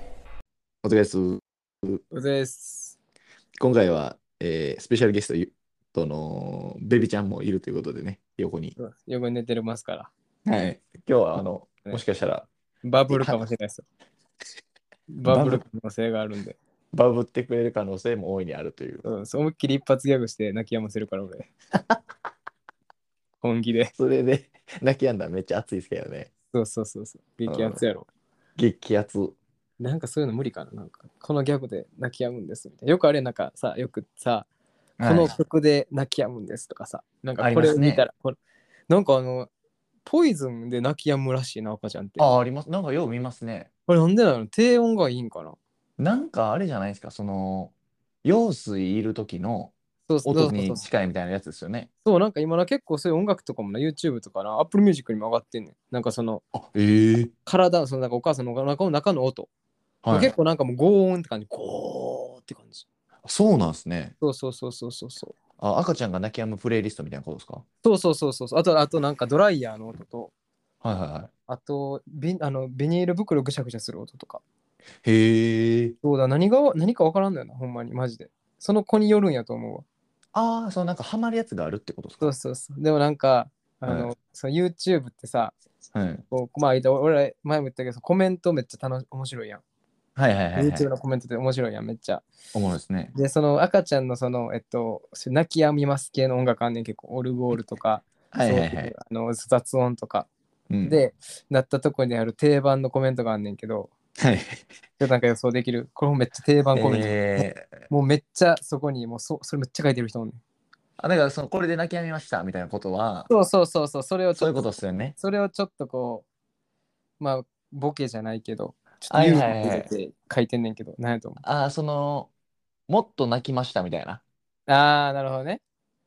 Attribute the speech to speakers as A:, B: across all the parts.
A: お疲れ様です。
B: お疲れ様です。
A: 今回は、えースペシャルゲストゆとのベビちゃんもいるということでね、横に。
B: 横に寝てるますから。
A: はい。今日は、あの、
B: ね
A: もしかしたら、
B: バブルかもしれないですよ。 バブル可能性があるんで。
A: バブってくれる可能性も大いにあるという。
B: うん、そう思いっきり一発ギャグして泣き止ませるから俺。本気で。
A: それで、 泣きやんだめっちゃ熱いですけどね。
B: そうそうそうそう。激アツやろ。
A: 激熱。
B: なんかそういうの無理かな。なんかこのギャグで泣き止むんですみたいな。よくあれなんかさ、よくさ、この曲で泣き止むんですとかさ。なん
A: あ
B: か
A: り
B: こ
A: ま
B: れ
A: す
B: を
A: ね
B: 見たら、これなんかあの、ポイズンで泣き止むらしいな、赤ちゃんって。
A: あ、あります。なんかよう見ますね。
B: これなんでなの低音がいいんかな
A: なんかあれじゃないですか、その、用水いる時の
B: そうそうそう
A: 音
B: そう
A: に近いみたいなやつですよね。
B: そう、なんか今な結構そういう音楽とかもな、YouTube とかな、Apple Music にも上がってんねん。なんかその、
A: あ、ええ
B: 体、そのなんかお母さんのお腹の中の音。
A: はい
B: 結。構なんかもうゴーンって感じ。ゴーって感じ。
A: そうなんですね。
B: そうそうそうそうそうそう。
A: あ、赤ちゃんが泣き止むプレイリストみたいなことですか
B: そうそうそうそうそう。あと、あとなんかドライヤーの音と、
A: はいはいはい。
B: あとビあのビニール袋ぐしゃぐしゃする音とか。
A: へえ。
B: そうだ、何が、何かわからんのよな、ほんまに、マジで。その子によるんやと思うわ。
A: ああ、そのなんかハマるやつがあるってことです
B: そう
A: か
B: そうそう。でもなんか、あの、
A: は
B: その YouTube ってさ、
A: はい
B: こうまあ、俺ら前も言ったけど、コメントめっちゃ楽し面白いやん。
A: はいはいはいはい
B: YouTube。のコメントって面白いやん、めっちゃ。
A: おもろいですね。
B: で、その赤ちゃんのその、えっと、泣きやみます系の音楽あんねん、結構、オルゴールとか、
A: はいはい
B: そう
A: は
B: う
A: い。
B: あの雑音とか、
A: うん、
B: で、なったとこにある定番のコメントがあんねんけど、
A: はい。
B: ちょっとなんか予想できる。これもめっちゃ定番コメント。
A: えー、
B: もうめっちゃそこに、もうそそれめっちゃ書いてる人おんねん。
A: あだからそのこれで泣きやみましたみたいなことは、
B: そうそうそうそう、それをち
A: そうい
B: ょっ
A: うこ
B: と、
A: とですよね。
B: それをちょっとこう、まあ、ボケじゃないけど、ちょっ
A: は
B: と
A: い
B: 勇気
A: はいはい
B: 入れて書いてんねんけど、なんやと思
A: ああ、その、もっと泣きましたみたいな。
B: う。ああ、なるほどね。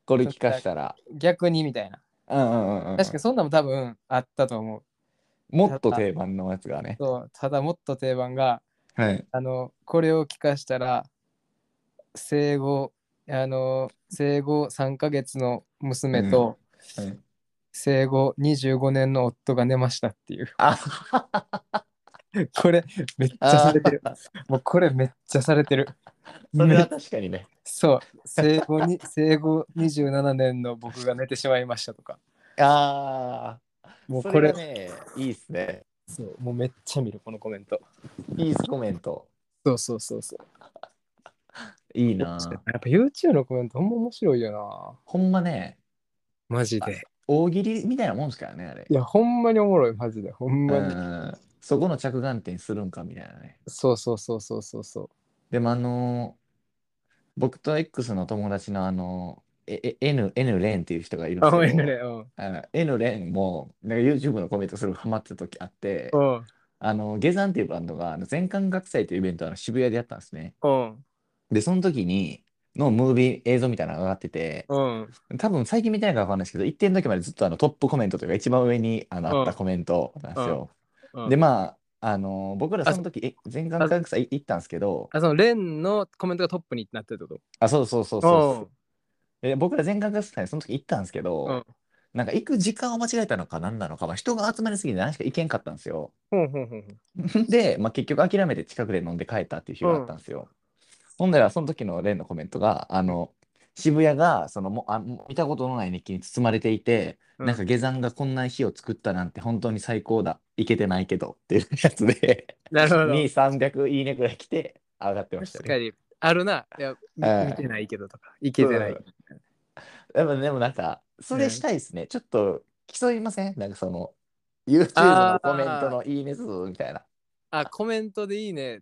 A: これ聞かしたら。
B: 逆にみたいな。
A: うんうんうんうん。
B: 確かにそんなも多分あったと思う。
A: もっと定番のやつがね。
B: そうただもっと定番が
A: はい。
B: あのこれを聞かしたら生後あの生後3ヶ月の娘と、
A: はい、
B: 生後25年の夫が寝ましたっていう
A: あ
B: これめっちゃされ てるもうこれめっちゃされてる
A: それ
B: め
A: は
B: っ
A: 確かに ね。
B: そう生後に 生後27年の僕が寝てしまいましたとか
A: ああ、
B: もう
A: そ
B: これ
A: がね、いいっすね。
B: そうもうめっちゃ見るこのコメント
A: いいっすコメント。
B: そうそうそうそう
A: いい
B: や
A: な
B: っ
A: ぁ
B: ぱ YouTube のコメントほんま面白いよ
A: ほんまね、
B: なマジで
A: 大喜利みたいなもんですからね、あれ
B: い。や、ほんまにおもろい、マジで。ほんま
A: う
B: に。
A: ん、そこの着眼点するんかみたいなね。
B: そうそうそうそうそうそ
A: でもあのー僕と X の友達のあのええ N, N レンっていう人がいるん
B: う。
A: ですけど、
B: おいね、うん。
A: あ N レンもなんか YouTube のコメントするのハマってた時あって、
B: うん。
A: あの下山っていうバンドがあの全館学祭というイベントをあの渋谷でやったんですね。
B: うん。
A: で、その時にのムービー映像みたいなのが上がってて、
B: うん。
A: 多分最近見てないから分かんないですけど、一定の時までずっとあのトップコメントというか一番上にあのあった
B: うん
A: コメントなんですよ。
B: うん
A: で、まあ、あのー僕ら
B: あ
A: その時、え全館科学祭行ったんですけど、
B: あ、その、レンのコメントがトップになってるってこ
A: あ、そうそうそう
B: と
A: そう。え僕ら全館科学祭その時行ったんですけど、
B: うん
A: なんか行く時間を間違えたのか何なのか、まあ、人が集まりすぎて何しか行けんかったんですよ。
B: うん。ほんほんほん
A: で、まあ、結局諦めて近くで飲んで帰ったっていう日があったんですよ。ほんだらその時のレンのコメントが、あの、渋谷がそのもうあもう見たことのない熱気に包まれていて、
B: うん
A: なんか下山がこんな日を作ったなんて本当に最高だ。いけてないけどっていうやつで。
B: なるほど。
A: に300いいねぐらい来て上がってました
B: 確か
A: ね。
B: に。あるな。いや、
A: はい
B: み見てないけどとか、いけてない。
A: でもでもなんかそれしたいですね、ちょっと競いませんなんかその YouTube の
B: あー
A: コメントのいいね数みたいな。
B: あ、コメントでいいね。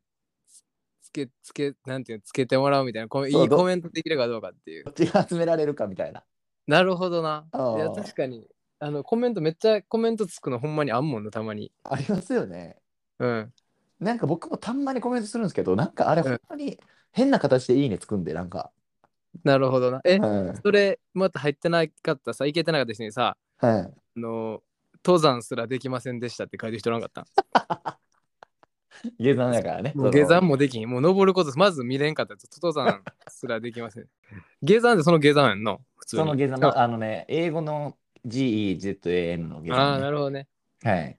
B: つつけ、つけ、なんていうの、つけてもらうみたいな。こうい
A: そう
B: い
A: ど
B: コメントできるかどうかっていう
A: ど。っちが集められるかみたいな。
B: なるほどな。
A: あー
B: いや、確かに。あの、コメントめっちゃコメントつくのほんまにあんもんな、たまに。
A: ありますよね。
B: うん。
A: なんか僕もたんまにコメントするんですけどなんかあれ
B: うん
A: 本当に変な形でいいねつくんでなんか。
B: なるほどな。え、
A: はい
B: それまた入ってなかったさ行けてなかった人にさ
A: はい
B: あの登山すらできませんでしたって書いてる人おらんかった
A: 下山だからね。
B: もう下山もできひんもう登ることまず見れんかったやつ登山すらできません下山でその下山やんの普通
A: その
B: に
A: その下山のあのね英語の GEZAN の下
B: ああー
A: 山、
B: なるほどね
A: はい。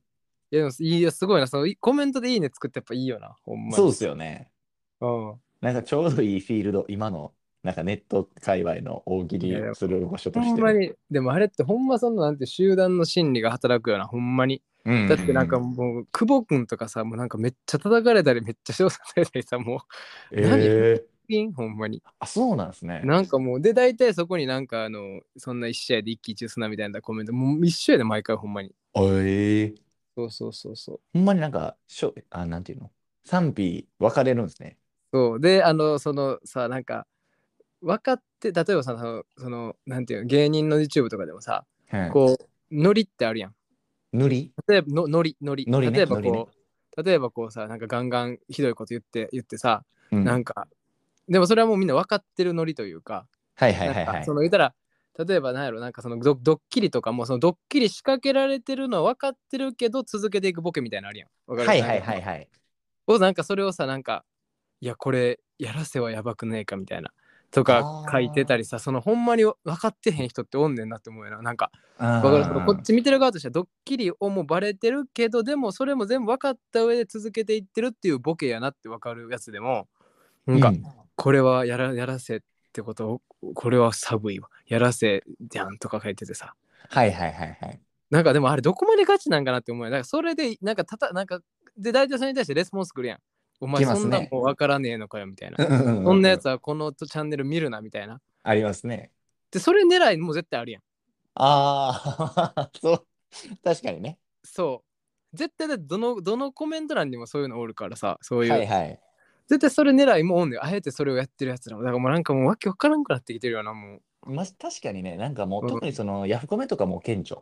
B: いやでもいいやすごいなそのいコメントでいいね作ってやっぱいいよなほんまに
A: そうですよね。
B: うん。
A: なんかちょうどいいフィールド、今のなんかネット界隈の大喜利する場所と
B: ほ
A: し
B: ん
A: て。
B: まに、でもあれってほんまそのなんて集団の心理が働くような、ほんまに。だってなんか
A: う
B: もう、久保君とかさ、もうなんかめっちゃ叩かれたり、めっちゃ称賛されたりさ、もう、
A: えー、
B: ピンほんまに。
A: あ、そうなんですね。
B: なんかもう、で、大体そこになんかあの、そんな一試合で一喜一憂すなみたいなコメント、もう一緒やで、毎回ほんまに。
A: えー、
B: そうそうそうそう。
A: ほんまになんか、しょあ、なんていうの賛否分かれるんですね。
B: そうで、あの、そのさ、なんか、分かって、例えばさ、その、そのなんていうの、芸人の YouTube とかでもさ、
A: はい、
B: こう、ノリってあるやん。
A: 塗り
B: 例えばのノリノリ
A: ノリね
B: 例えばこう、
A: ノ
B: 例えばこうさなんかガンガンひどいこと言って言ってさ、
A: うん
B: なんかでもそれはもうみんな分かってるノリというか,、
A: はいはいはい
B: なん
A: は
B: か
A: い
B: そ。の言ったら例えばなんやろなんかそのドドッキリとかもそのドッキリ仕掛けられてるのは分かってるけど続けていくボケみたいなのあるやんわかる
A: はいはいはい
B: い
A: はい。
B: なんかそれをさなんかいやこれやらせはやばくねえかみたいなとか書いてたりさそのほんまに分かってへん人っておんねんなって思うよななんか
A: わ
B: わかるそのこっち見てる側としてはドッキリをもうバレてるけどでもそれも全部分かった上で続けていってるっていうボケやなって分かるやつでもなんか、これはやらやらせってことをこれは寒いわやらせじゃんとか書いててさ
A: はいはいはいはい。
B: なんかでもあれどこまでガチなんかなって思うよだからそれでなんかたたなんかで大体それに対してレスポンスくるやんお前
A: 来ますね
B: そんなんもう分からねえのかよみたいな、
A: うんうんうん
B: そんなやつはこのチャンネル見るなみたいな
A: ありますね。
B: でそれ狙いも絶対あるやん
A: ああ、 そう。確かにね。
B: そう。絶対だってどのどのコメント欄にもそういうのおるからさ、そういう。
A: はいはい。
B: 絶対それ狙いもおんねん。あえてそれをやってるやつらも。だからもうなんかもうわけわからんくなってきてるよな、もう。
A: まじ、確かにね、なんかも
B: う
A: うん特にそのヤフコメとかも顕著。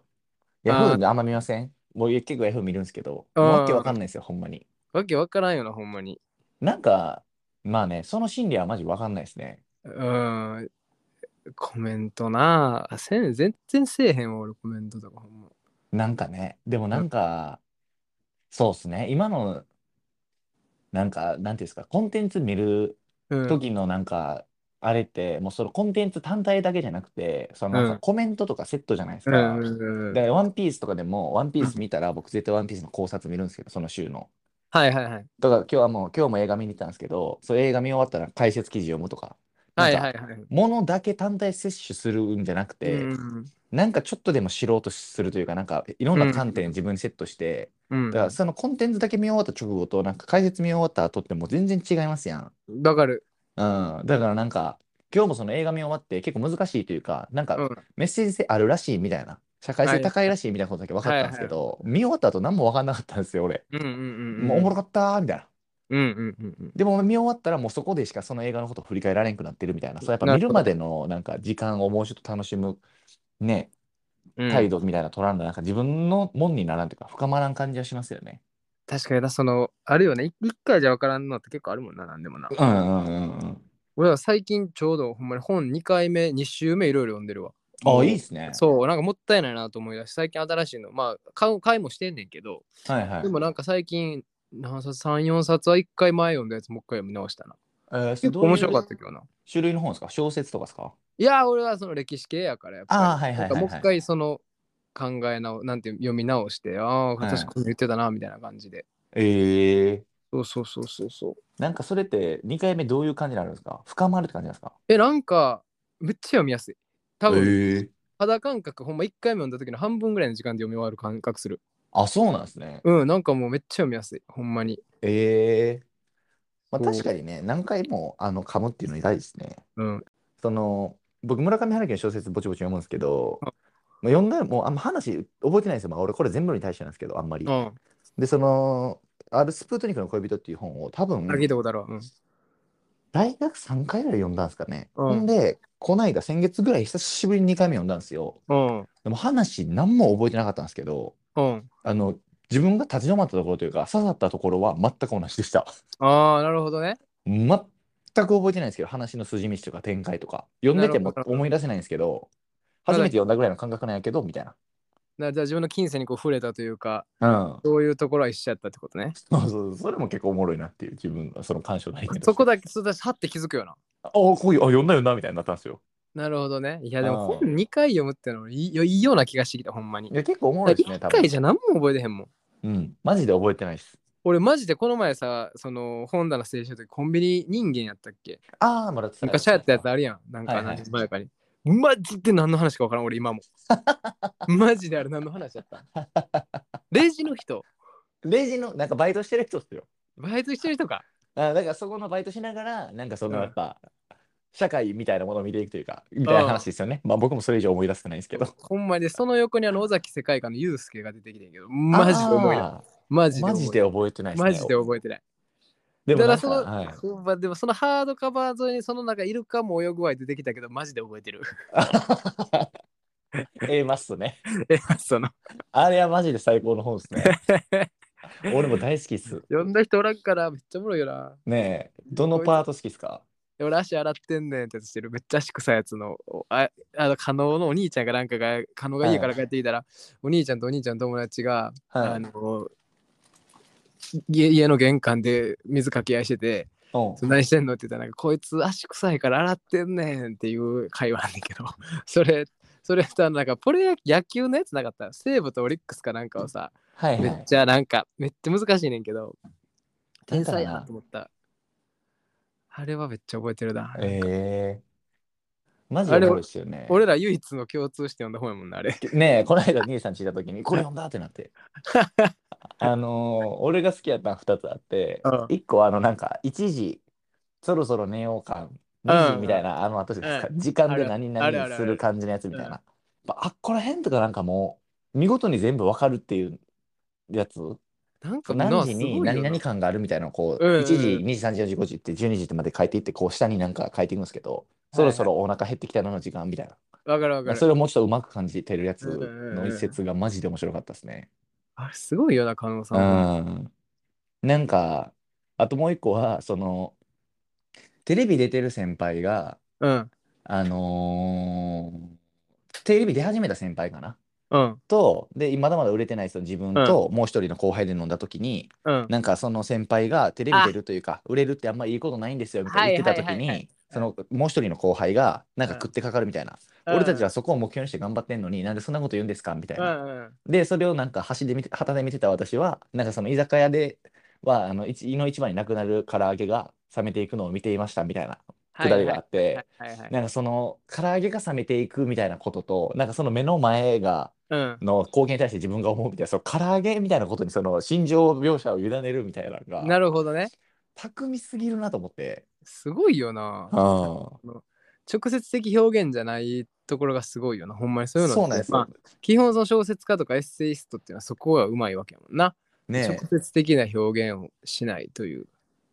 A: ヤフーであんま見ませんもう結構ヤフー見るんですけど、
B: うん
A: わけわかんないですよ、ほんまに。
B: わけわからんよな、ほんまに。
A: なんか、まあね、その心理はマジわかんないですね。
B: うーん。コメントなあせん全然せえへんわ、俺コメントとかほんま。
A: なんかね、でもなんか、そうっすね、今の、なんか、なんていうんですか、コンテンツ見る
B: うん。
A: 時のなんか、あれって、もうそのコンテンツ単体だけじゃなくて、そのなん
B: うん
A: かコメントとかセットじゃないです
B: う
A: か。
B: んうんうん
A: で、ワンピースとかでも、ワンピース見たら、僕絶対ワンピースの考察見るんですけど、その週の。
B: はいはいはい。
A: だから今日はもう、今日も映画見に行ったんですけど、そう映画見終わったら解説記事読むとか、な
B: は
A: ん
B: い
A: か
B: はいはい。
A: 物だけ単体摂取するんじゃなくて、
B: うん
A: なんかちょっとでも知ろうとするというか、なんかいろんな観点自分にセットして、
B: うん。
A: だからそのコンテンツだけ見終わった直後と、なんか解説見終わった後ってもう全然違いますやん。
B: わかる。
A: うん、だからなんか、今日もその映画見終わって結構難しいというか、なん
B: う
A: か
B: ん。
A: メッセージ性あるらしいみたいな、社会性高いらしいみたいなことだけ分かったんですけど、見終わった後何も分かんなかったんですよ、俺。
B: うんうんうんうん。
A: もうおもろかったーみたいな。
B: うんうんうんうん。
A: でも見終わったらもうそこでしかその映画のことを振り返られなくなってるみたいな、そうやっぱ
B: な
A: 見
B: る
A: る
B: ほど
A: までのなんか時間をもうちょっと楽しむ、ね、
B: うん
A: 態度みたいなの取らんだなんか自分のもんにならんというか深まらん感じはしますよね。
B: 確かにな、その、あるよね。い一回じゃわからんのって結構あるもんな、なんでもな。
A: うんうんうんうん。
B: 俺は最近ちょうどほんまに本2回目、2週目いろいろ読んでるわ。
A: あ
B: もう
A: いいですね。
B: そう、なんかもったいないなと思い出して、最近新しいの、まあ、買う買いもしてんねんけど、
A: はいはい
B: で。もなんか最近、何冊、3、4冊は1回前読んだやつもう一回読み直したな。
A: えー、それ
B: 結
A: どう
B: 構
A: いう
B: 面白かったけどな。
A: 種類の本ですか小説とかですか
B: いや、俺はその歴史系やから、やっぱり。
A: あーはいはいはいはい
B: なんかもう一回その考え直、なんていう読み直して、ああ、
A: は
B: 確
A: い
B: かに言ってたな、みたいな感じで。
A: ええ
B: そうそうそうそうそう。
A: なんかそれって2回目どういう感じになるんですか深まるって感じなんですか
B: え、なんか、めっちゃ読みやすい。多分、
A: ええ
B: 肌感覚ほんま1回目読んだ時の半分ぐらいの時間で読み終わる感覚する
A: あ、そうなんですね。
B: うんなんかもうめっちゃ読みやすいほんまに
A: ええまあ
B: そう
A: 確かにね、何回もあの噛むっていうの偉いですね。
B: うん
A: その、僕、村上春樹の小説ぼちぼち読むんですけど、まあ、読んだらもうあんま話覚えてないんですよ。まあ、俺これ全部に対してなんですけど、あんまり。
B: うん
A: で、その、あるスプートニクの恋人っていう本を多分、
B: あげたことあるわうん
A: 大学3回ぐらい読んだんですかね。
B: うん
A: ほんで、こないだ先月ぐらい久しぶりに2回目読んだんですよ。
B: うん
A: でも話何も覚えてなかったんですけど、
B: うん
A: あの、自分が立ち止まったところというか、刺さったところは全く同じでした。
B: ああなるほどね
A: 全く覚えてないんですけど、話の筋道とか展開とか、読んでても
B: なるほど
A: 思い出せないんですけど、初めて読んだぐらいの感覚なんやけど、みたいな。
B: なじゃあ自分の金銭にこう触れたというか
A: うん。
B: そういうところは一緒やったってことね
A: そうそう、それも結構おもろいなっていう、自分のその感傷体験として
B: そこだけそれだけはって気づくよな
A: あ、こういう、あ、読んだ読んだみたいになったんですよ。
B: なるほどねいやでも
A: うん
B: 本2回読むってのはいいよいいような気がしてきたほんまに
A: いや、結構おもろいですね、
B: 1
A: 多分
B: 回。じゃ何も覚えてへんもん
A: うん。マジで覚えてないです。
B: 俺マジでこの前さその本棚整理した時コンビニ人間やったっけ
A: ああ、もらってた。
B: 昔流行ったやつあるやんなん
A: は
B: か
A: いはい
B: 何年前かに、マジで何の話か分からん 俺今もマジであれ何の話やったレジの人
A: レジの、なんかバイトしてる人っすよ。
B: バイトしてる人か
A: あだからそこのバイトしながら、なんかその
B: うん
A: やっぱ、社会みたいなものを見ていくというか、みたいな話ですよね。まあ僕もそれ以上思い出すくないですけど。
B: ほんまにその横にあの尾崎世界観のユースケが出てきてんけどマジで重いな
A: あ
B: マ
A: ー
B: ジで
A: マ
B: 重い
A: ジで覚えてないですね。
B: マジで覚えてない
A: でも
B: だか
A: な
B: ら
A: んか
B: その、
A: はい、
B: ほんまでもそのハードカバー沿いにその中イルカも泳ぐわい出てきたけどマジで覚えてる
A: ええマストね。
B: えその
A: あれはマジで最高の本です ね。俺も大好きっす。
B: 呼んだ人おらんからめっちゃおもろいよな
A: ねえ、どのパート好きっすか
B: で俺足洗ってんねんってやつしてるめっちゃ足臭いやつのおああの加納のお兄ちゃんがなんかが加納が家から帰ってきたら、お兄ちゃんとお兄ちゃんの友達が、
A: は
B: あ
A: い。
B: の家家の玄関で水かけ合いしてて
A: うん
B: 「何してんの?」って言ったらなんか「こいつ足臭いから洗ってんねん」っていう会話なんだけど それそれとあのなんかプロ野野球のやつなかった西武とオリックスかなんかをさ
A: はい
B: め
A: は
B: っ
A: い。
B: ちゃなんかめっちゃ難しいねんけど天才や
A: だ
B: な
A: か
B: と思ったあれはめっちゃ覚えてるな
A: らな。ええマジで面白いっすよね。
B: 俺ら唯一の共通して読んだ本やもんなあれ
A: ねえ、この間兄さん聞いた時に、これ読んだってなって。あのー俺が好きやったの2つあって、
B: うん
A: 1個はあのなんか1時、そろそろ寝ようか、2時みたいな、あの後じゃないですか、時間で何
B: ある
A: 々
B: あるあるある
A: する感じのやつみたいな。やっぱあっこら辺とかなんかもう、見事に全部わかるっていうやつ。
B: なんか
A: 何
B: な
A: 時
B: すごい
A: に
B: よな
A: 何々感があるみたいなのをこう、
B: うんうん
A: 1時、2時、3時、4時、5時って12時ってまで書いていって、こう下になんか書いていくんですけど、そろそろお腹減ってきたなの時間みたいな。
B: わかるわかる
A: それをもうちょっとうまく感じてるやつ
B: うんうんうん
A: の一節がマジで面白かったですね。
B: あれすごいよな加納さ
A: うんん。なんか、あともう一個は、その、テレビ出てる先輩が、
B: うん
A: あのーテレビ出始めた先輩かな。
B: うん
A: と、で、まだまだ売れてないその自分と、もう一人の後輩で飲んだ時に、
B: うん
A: なんかその先輩がテレビ出るというか、売れるってあんまいいことないんですよみたいな言ってた時
B: はいはいはいは
A: に、そのもう一人の後輩が、なんか食ってかかるみたいな。俺たちはそこを目標にして頑張ってんのに、なんでそんなこと言うんですかみたいうな。
B: んうん
A: で、それをなんか端で見て、旗で見てた私は、なんかその居酒屋では、あの、一胃の一番になくなる唐揚げが冷めていくのを見ていましたみたいなくだりがあって、
B: はいはいはいはい
A: なんかその唐揚げが冷めていくみたいなことと、なんかその目の前が、
B: うん
A: の貢献に対して自分が思うみたいな、その唐揚げみたいなことにその心情描写を委ねるみたいなの
B: な
A: が、
B: るほどね
A: 巧みすぎるなと思って。
B: すごいよな
A: そ
B: 直接的表現じゃないところがすごいよなほんまにそういうのって
A: うなんです
B: ま
A: よ
B: あ。基本その小説家とかエッセイストっていうのはそこがうまいわけやもんな、
A: ね
B: 直接的な表現をしないという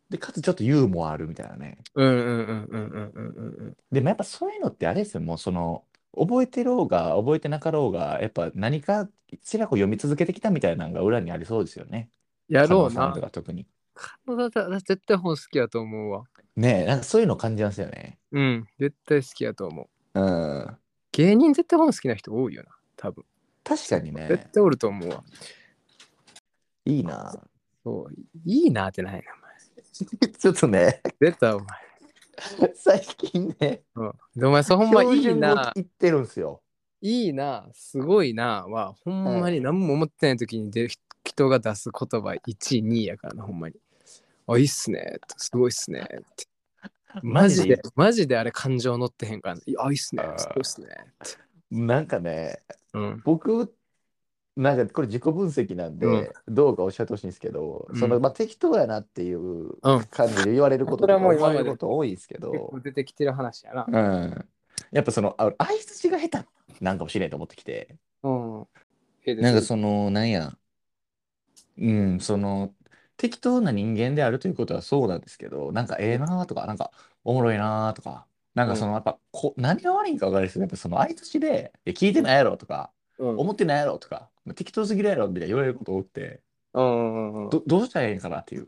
A: で、かつちょっとユーモアあるみたいなね。
B: うんうんうんうんうんうんうん
A: でもやっぱそういうのってあれですよ、もうその、覚えてろうが覚えてなかろうが、やっぱ何かちらこう読み続けてきたみたいなのが裏にありそうですよね。
B: やろ
A: 加納
B: う
A: さん
B: な
A: とか特に。
B: 体だだ絶対本好きやと思うわ
A: ねえ、なんかそういうの感じますよね。
B: うん絶対好きやと思う
A: うん。
B: 芸人絶対本好きな人多いよな多分
A: 確かに
B: 絶
A: ね、
B: 対おると思うわ
A: いいな。
B: そういいなってないなお前
A: ちょっとね、
B: 出たお前
A: 最近ね、
B: うんでお前そうほんまいいな
A: 言ってるんですよ。
B: いいな、すごいなは、ほんまに何も思ってない時に出る人が出す言葉1、2やからな、ほんまに。あ、いいっすね、すごいっす ね。ってマジで、マジであれ感情乗ってへんから、いやあ、いいっすね
A: あ、ー
B: すごいっすね。って
A: なんかね、
B: うん、
A: 僕、なんかこれ自己分析なんで、
B: うん
A: どうかおっしゃってほしいんですけど、
B: うん
A: そのまあ適当やなっていう
B: うん
A: 感じで言われること
B: それはもう
A: とか
B: 今まで
A: 思われること多いんですけど、
B: 結構出てきてる話やな。
A: うん、やっぱそのあ相づちが下手なんかもしれんと思ってきて、
B: うん。ええで
A: なんかそのなんや、うん、その適当な人間であるということはそうなんですけど、なんかええなーとか、なんかおもろいなーとか、なんかそのやっぱこ何が悪いんか分かるんですけど、やっぱその相づちでいや聞いてないやろとか。
B: うん
A: 思ってないやろとか、適当すぎるやろみたいな言われること多くて、
B: うんうんうん
A: どどうしたらいいんかなっていう。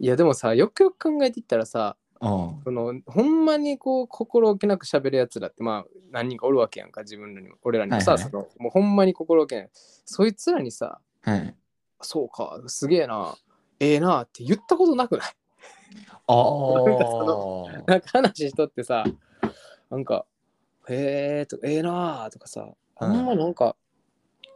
B: いや、でもさ、よくよく考えていったらさ、
A: うん。
B: そのほんまにこう心置きなく喋るやつらってまあ何人かおるわけやんか自分らにも俺らにもさ、
A: はいはい
B: そのもうほんまに心置きないそいつらにさ
A: はい、
B: そうかすげえなええなって言ったことなくない
A: ああ。
B: なんか話しとってさなんかへえとかええなとかさ
A: う
B: あ
A: ん
B: んまなんか、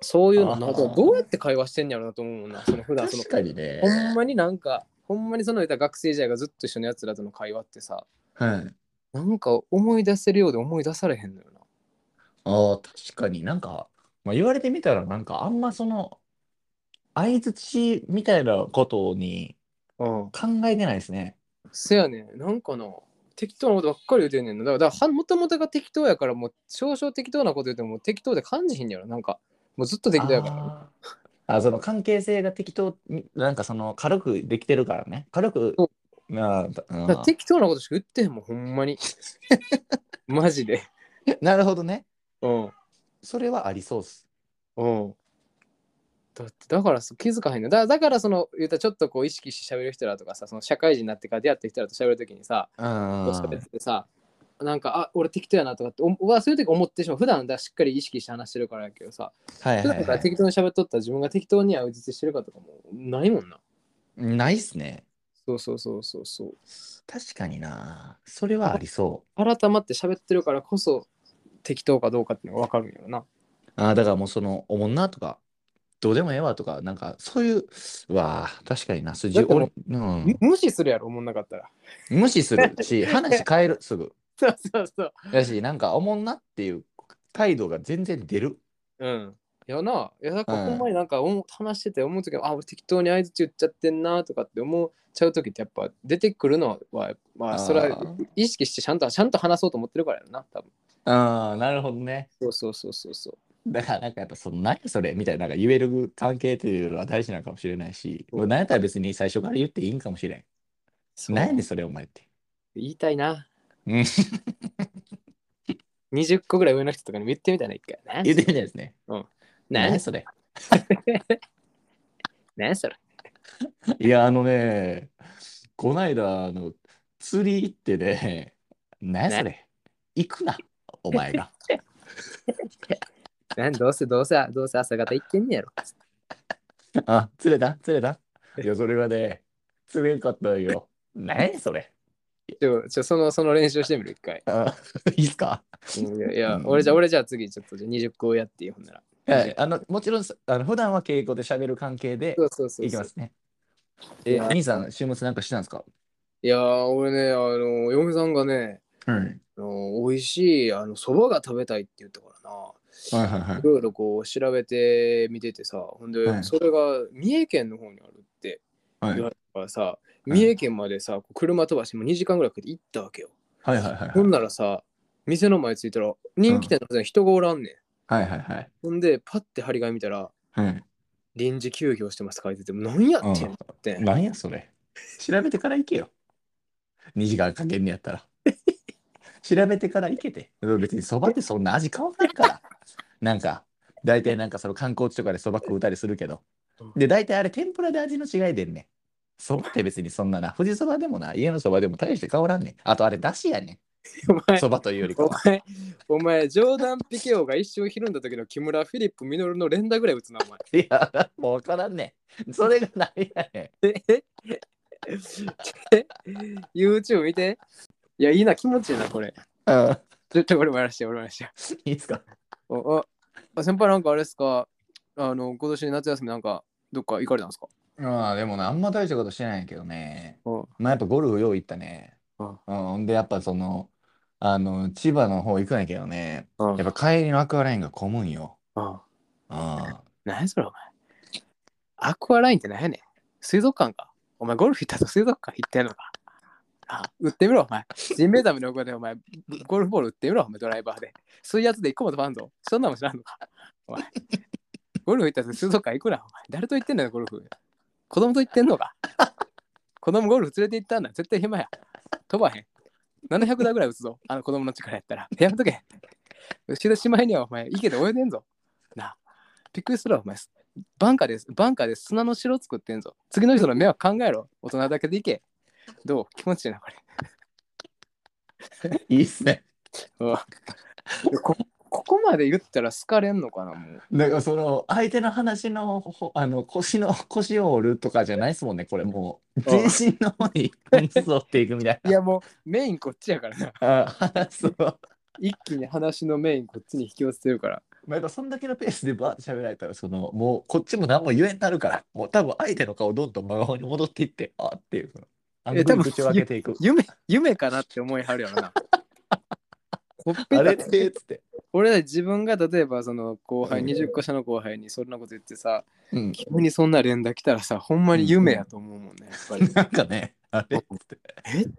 B: そういうの
A: あー
B: なんかどうやって会話してんやろうなと思うもんなその普段その
A: 確かにね。
B: ほんまになんかほんまにその言ったら学生時代がずっと一緒のやつらとの会話ってさ
A: はい。
B: なんか思い出せるようで思い出されへんのよな
A: ああ、確かになんか、まあ、言われてみたら、なんかあんまその、相槌みたいなことに
B: うん
A: 考えてないですね。
B: せやねんなんかな適当なことばっかり言うてんねんなだからだからもともとが適当やからもう少々適当なこと言うても適当で感じひんやろなんかもうずっと適当やから
A: あーあその関係性が適当に、なんかその軽くできてるからね。軽く
B: そ、
A: なあ
B: だから
A: あ
B: 適当なことしか言ってへんもんほんまに マジで
A: ーなるほどね。
B: うん
A: それはありそうっす。
B: うんだってだからそう気づかへんのだだからその言うたらちょっとこう意識して喋る人らとかさその社会人になってから出会って人らと喋るときにさ
A: うんうんう
B: どっちかって
A: ん。
B: ってさなんかあ俺適当やなとかっておうわそういう時思ってしまう普段だしっかり意識して話してるからやけどさ
A: はいはい
B: 普
A: はい
B: 段から適当に喋っとったら自分が適当に相槌してるかとかもないもんな
A: ないっすね。
B: そうそうそうそうそう
A: 確かにな。それはありそ
B: 改まって喋ってるからこそ適当かどうかっていうのが分かるんやろな
A: う。ああ、だからもうその、おもんなとか、どうでもええわとか、なんかそういう、うわあ、確かにな。それ
B: だってもう
A: じ俺うん
B: む無視するやろ思んなかったら
A: 無視する し、話変える、すぐ。
B: そうそうそう
A: だし、なんかおもんなっていう態度が全然出る。
B: うん。いやな、いやだか
A: う
B: ら
A: ん
B: ほんまになんか思う話してて思うときは、あ、俺適当に相槌言っちゃってんなとかって思っちゃうときってやっぱ出てくるのは、まあそれ
A: あ
B: は
A: ー
B: 意識してちゃんとちゃんと話そうと思ってるからやろな、多分。
A: ああ、なるほどね。
B: そうそうそうそうそう。
A: だからなんかやっぱその何それみたいななんか言える関係というのは大事なのかもしれないし、
B: うん
A: 俺何やったら別に最初から言っていいんかもしれん。
B: そう
A: 何やねんそれお前って。
B: 言いたいな。
A: うん
B: 20個ぐらい上の人とかにも言ってみたらいいからな。
A: 言ってみたいですね。何
B: な
A: やそれ。
B: なそれ。
A: いやあのね、こないだあの釣り行ってね、 何やそれ。行くな、お前が。
B: なんどうせどうせどうせ朝方行ってんねやろ。
A: あ、釣れた釣れたいやそれはね、釣れんかったよ。 何やそれ。
B: ちょ、ちょそのその練習してみる一回。
A: あ いいっすか
B: うんいや、いや
A: うん
B: 俺じゃ俺じゃあ次ちょっとじゃあ20個やっていいほんなら。
A: はい、あのもちろんあの普段は敬語で喋る関係で
B: そうそうそうそう。
A: いきますね。え、
B: や
A: 兄さん、週末なんかしてたんですか
B: いやー俺ねあの嫁さんがね
A: うん。
B: あの美味しいあのそばが食べたいって言ったから
A: はいはいは
B: ないろいろこう調べてみててさほんで、
A: はい
B: それが三重県の方にあるって
A: い。
B: 言
A: は
B: わ
A: い
B: れたからさ、三重県までさこう車飛ばしても2時間ぐらいかけて行ったわけよ、
A: はいはいはい。
B: ほんならさ店の前着いたら人気店の人に人がおらんねん、
A: はいはいはい。
B: ほんでパッて張り紙見たら
A: うん
B: 臨時休業してますって書いてて何やってんのって、
A: なんやそれ。調べてから行けよ。2時間かけんねやったら。調べてから行けて。別にそばってそんな味変わらんから。なんか、大体なんかその観光地とかでそば食うたりするけど。で、大体あれ天ぷらで味の違いでんねん。そばって別にそんなな。富士そばでもな、家のそばでも大して変わらんねん。あとあれだしやね
B: お前
A: ん。そばというよりか
B: お
A: は。
B: 前、お前、ジョーダン・ピケオが一瞬ひるんだ時の木村・フィリップ・ミノルの連打ぐらい打つな、お前。
A: いや、もう分からんねん。それが何やね
B: え YouTube 見て。いや、いいな、気持ちいいな、これ。
A: ん。うん。
B: ちょ、ちょ、俺もやらして、俺もやらして。
A: いいっすか
B: おおあ先輩、なんかあれですかあの、今年夏休みなんか、どっか行かれたんですか
A: まあでもなあんま大したことしてないんやけどね。
B: うん
A: まあやっぱゴルフよう行ったね。
B: うん
A: うん。でやっぱその、あの、千葉の方行くんやけどね。
B: うん
A: やっぱ帰りのアクアラインが混むんよ。
B: うん。
A: あ
B: 何それ、お前。アクアラインって何やねん。水族館か。お前、ゴルフ行ったと水族館行ってんのか。あ、打ってみろ、お前。ジンベエザメの横で、お前、ゴルフボール打ってみろ、お前、ドライバーで。水圧で一個も飛ばんぞ。そんなもん知らんのか。お前。ゴルフ行ったと水族館行くな、お前。誰と行ってんのよ、ゴルフ。子供と行ってんのか。子供ゴルフ連れて行ったんだ。絶対暇や。飛ばへん。700打ぐらい打つぞ。あの子供の力やったら。やめとけ。後ろしまいには、お前、池で泳いでんぞ。なあ。びっくりするわ、お前。バンカーです。バンカーで砂の城作ってんぞ。次の人の目は考えろ。大人だけでいけ。どう気持ちいいな、これ。
A: あ。いいっすね。
B: こここまで言ったら好かれんのかな、もう。
A: だからその相手の話のほあの腰の腰を折るとかじゃないっすもんねこれもう
B: うん
A: 全身の方に沿っていくみたい
B: いや、もうメインこっちやからな。
A: なあ話そう
B: 一気に話のメインこっちに引き寄せてるから。
A: まあやっぱそんだけのペースでバーって喋られたら、その、もうこっちも何も言えんなるから、もう多分相手の顔どんどん真顔に戻っていって、あーっていう、その、あんぐ
B: え多
A: り
B: 分
A: 口を開けていく。
B: 夢、夢かなって思いはるやろな。ほっぺ
A: あ
B: た
A: れって、つって。
B: 俺ら自分が例えばその後輩、
A: うん
B: 20個下の後輩にそんなこと言ってさ、
A: うん。
B: 急にそんな連打来たらさ、ほんまに夢やと思うもんね、やっぱ り。
A: なんかね、あれっつって。
B: えって。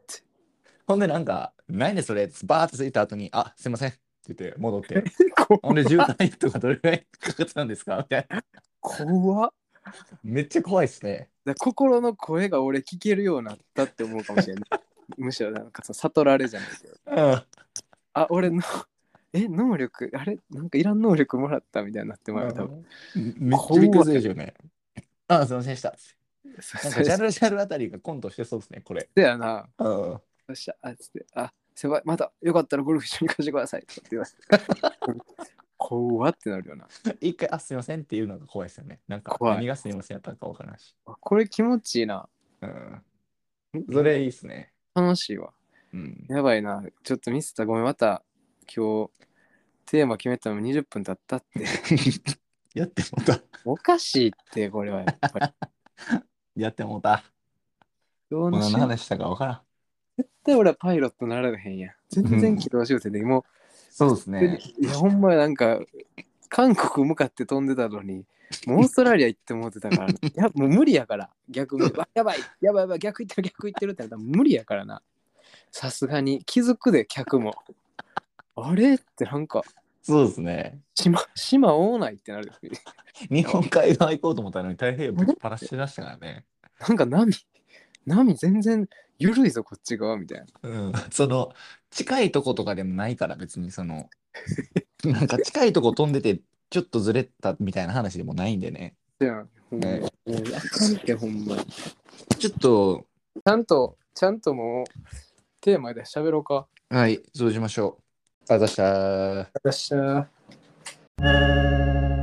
A: ほんでなんか、何でそれ、バーってついた後に、あ、すいません。って言って戻 って、
B: こ
A: ほんで渋滞とかどれぐらいかかったんですかみたいな。
B: 怖っ。
A: めっちゃ怖いっすね。
B: だから心の声が俺聞けるようになったって思うかもしれない。 むしろなんかさ悟られじゃないけど。
A: うん。
B: あ、俺の、え、能力、あれ、なんかいらん能力もらったみたいになってもらう多分。
A: めっちゃびっくりするでしょうね。あ、すいませんでした。
B: そ
A: なん
B: そ
A: かジャ
B: う
A: ルジャルあたりがコントしてそうですね、これ。
B: やな。
A: うん。
B: そしたら、あ、つって、あ、すごい、またよかったらゴルフ一緒に貸してください。とかって言われて。怖ってなるよな。
A: 一回、あ、すいませんっていうのが怖いですよね。なんか、
B: 怖い
A: 何がすいませんやったのかわからんし。
B: これ気持ちいいな。
A: うん。それいいっすね。
B: 楽しいわ。
A: うん。
B: やばいな。ちょっとミスった。ごめん、また今日テーマ決めたのに20分経ったって。
A: やってもうた。
B: おかしいって、これはやっぱり。
A: やってもうた。
B: どう
A: もう
B: の
A: 何
B: し
A: の
B: よう
A: 話したかわからん。
B: 絶対俺はパイロットなられへんやん。全然軌道修正で、も
A: そうです
B: う、
A: ね。
B: いやほんまやなんか、韓国向かって飛んでたのに、もうオーストラリア行って思ってたからな、いや、もう無理やから、逆に、わやばい、やばい、やばい、逆行ってる、逆行ってるってなったら無理やからな。さすがに気づくで、客も。あれってなんか、
A: そうですね。
B: 島、島オーナイってなる。
A: 日本海側行こうと思ったのに太平洋ぶっぱらしてましたからね。
B: なんか波、波全然緩いぞ、こっち側みたいな。
A: うん。その、近いとことかでもないから別にそ の、なんか近いとこ飛んでて、ちょっとずれたみたいな話でもないんでね。
B: じゃあ、ほんまに。
A: ね
B: もうあかんって、ほんまに。
A: ちょっと、
B: ちゃんと、ちゃんともう、テーマで喋ろうか。
A: はい、そうしましょう。あざした
B: よっしゃー。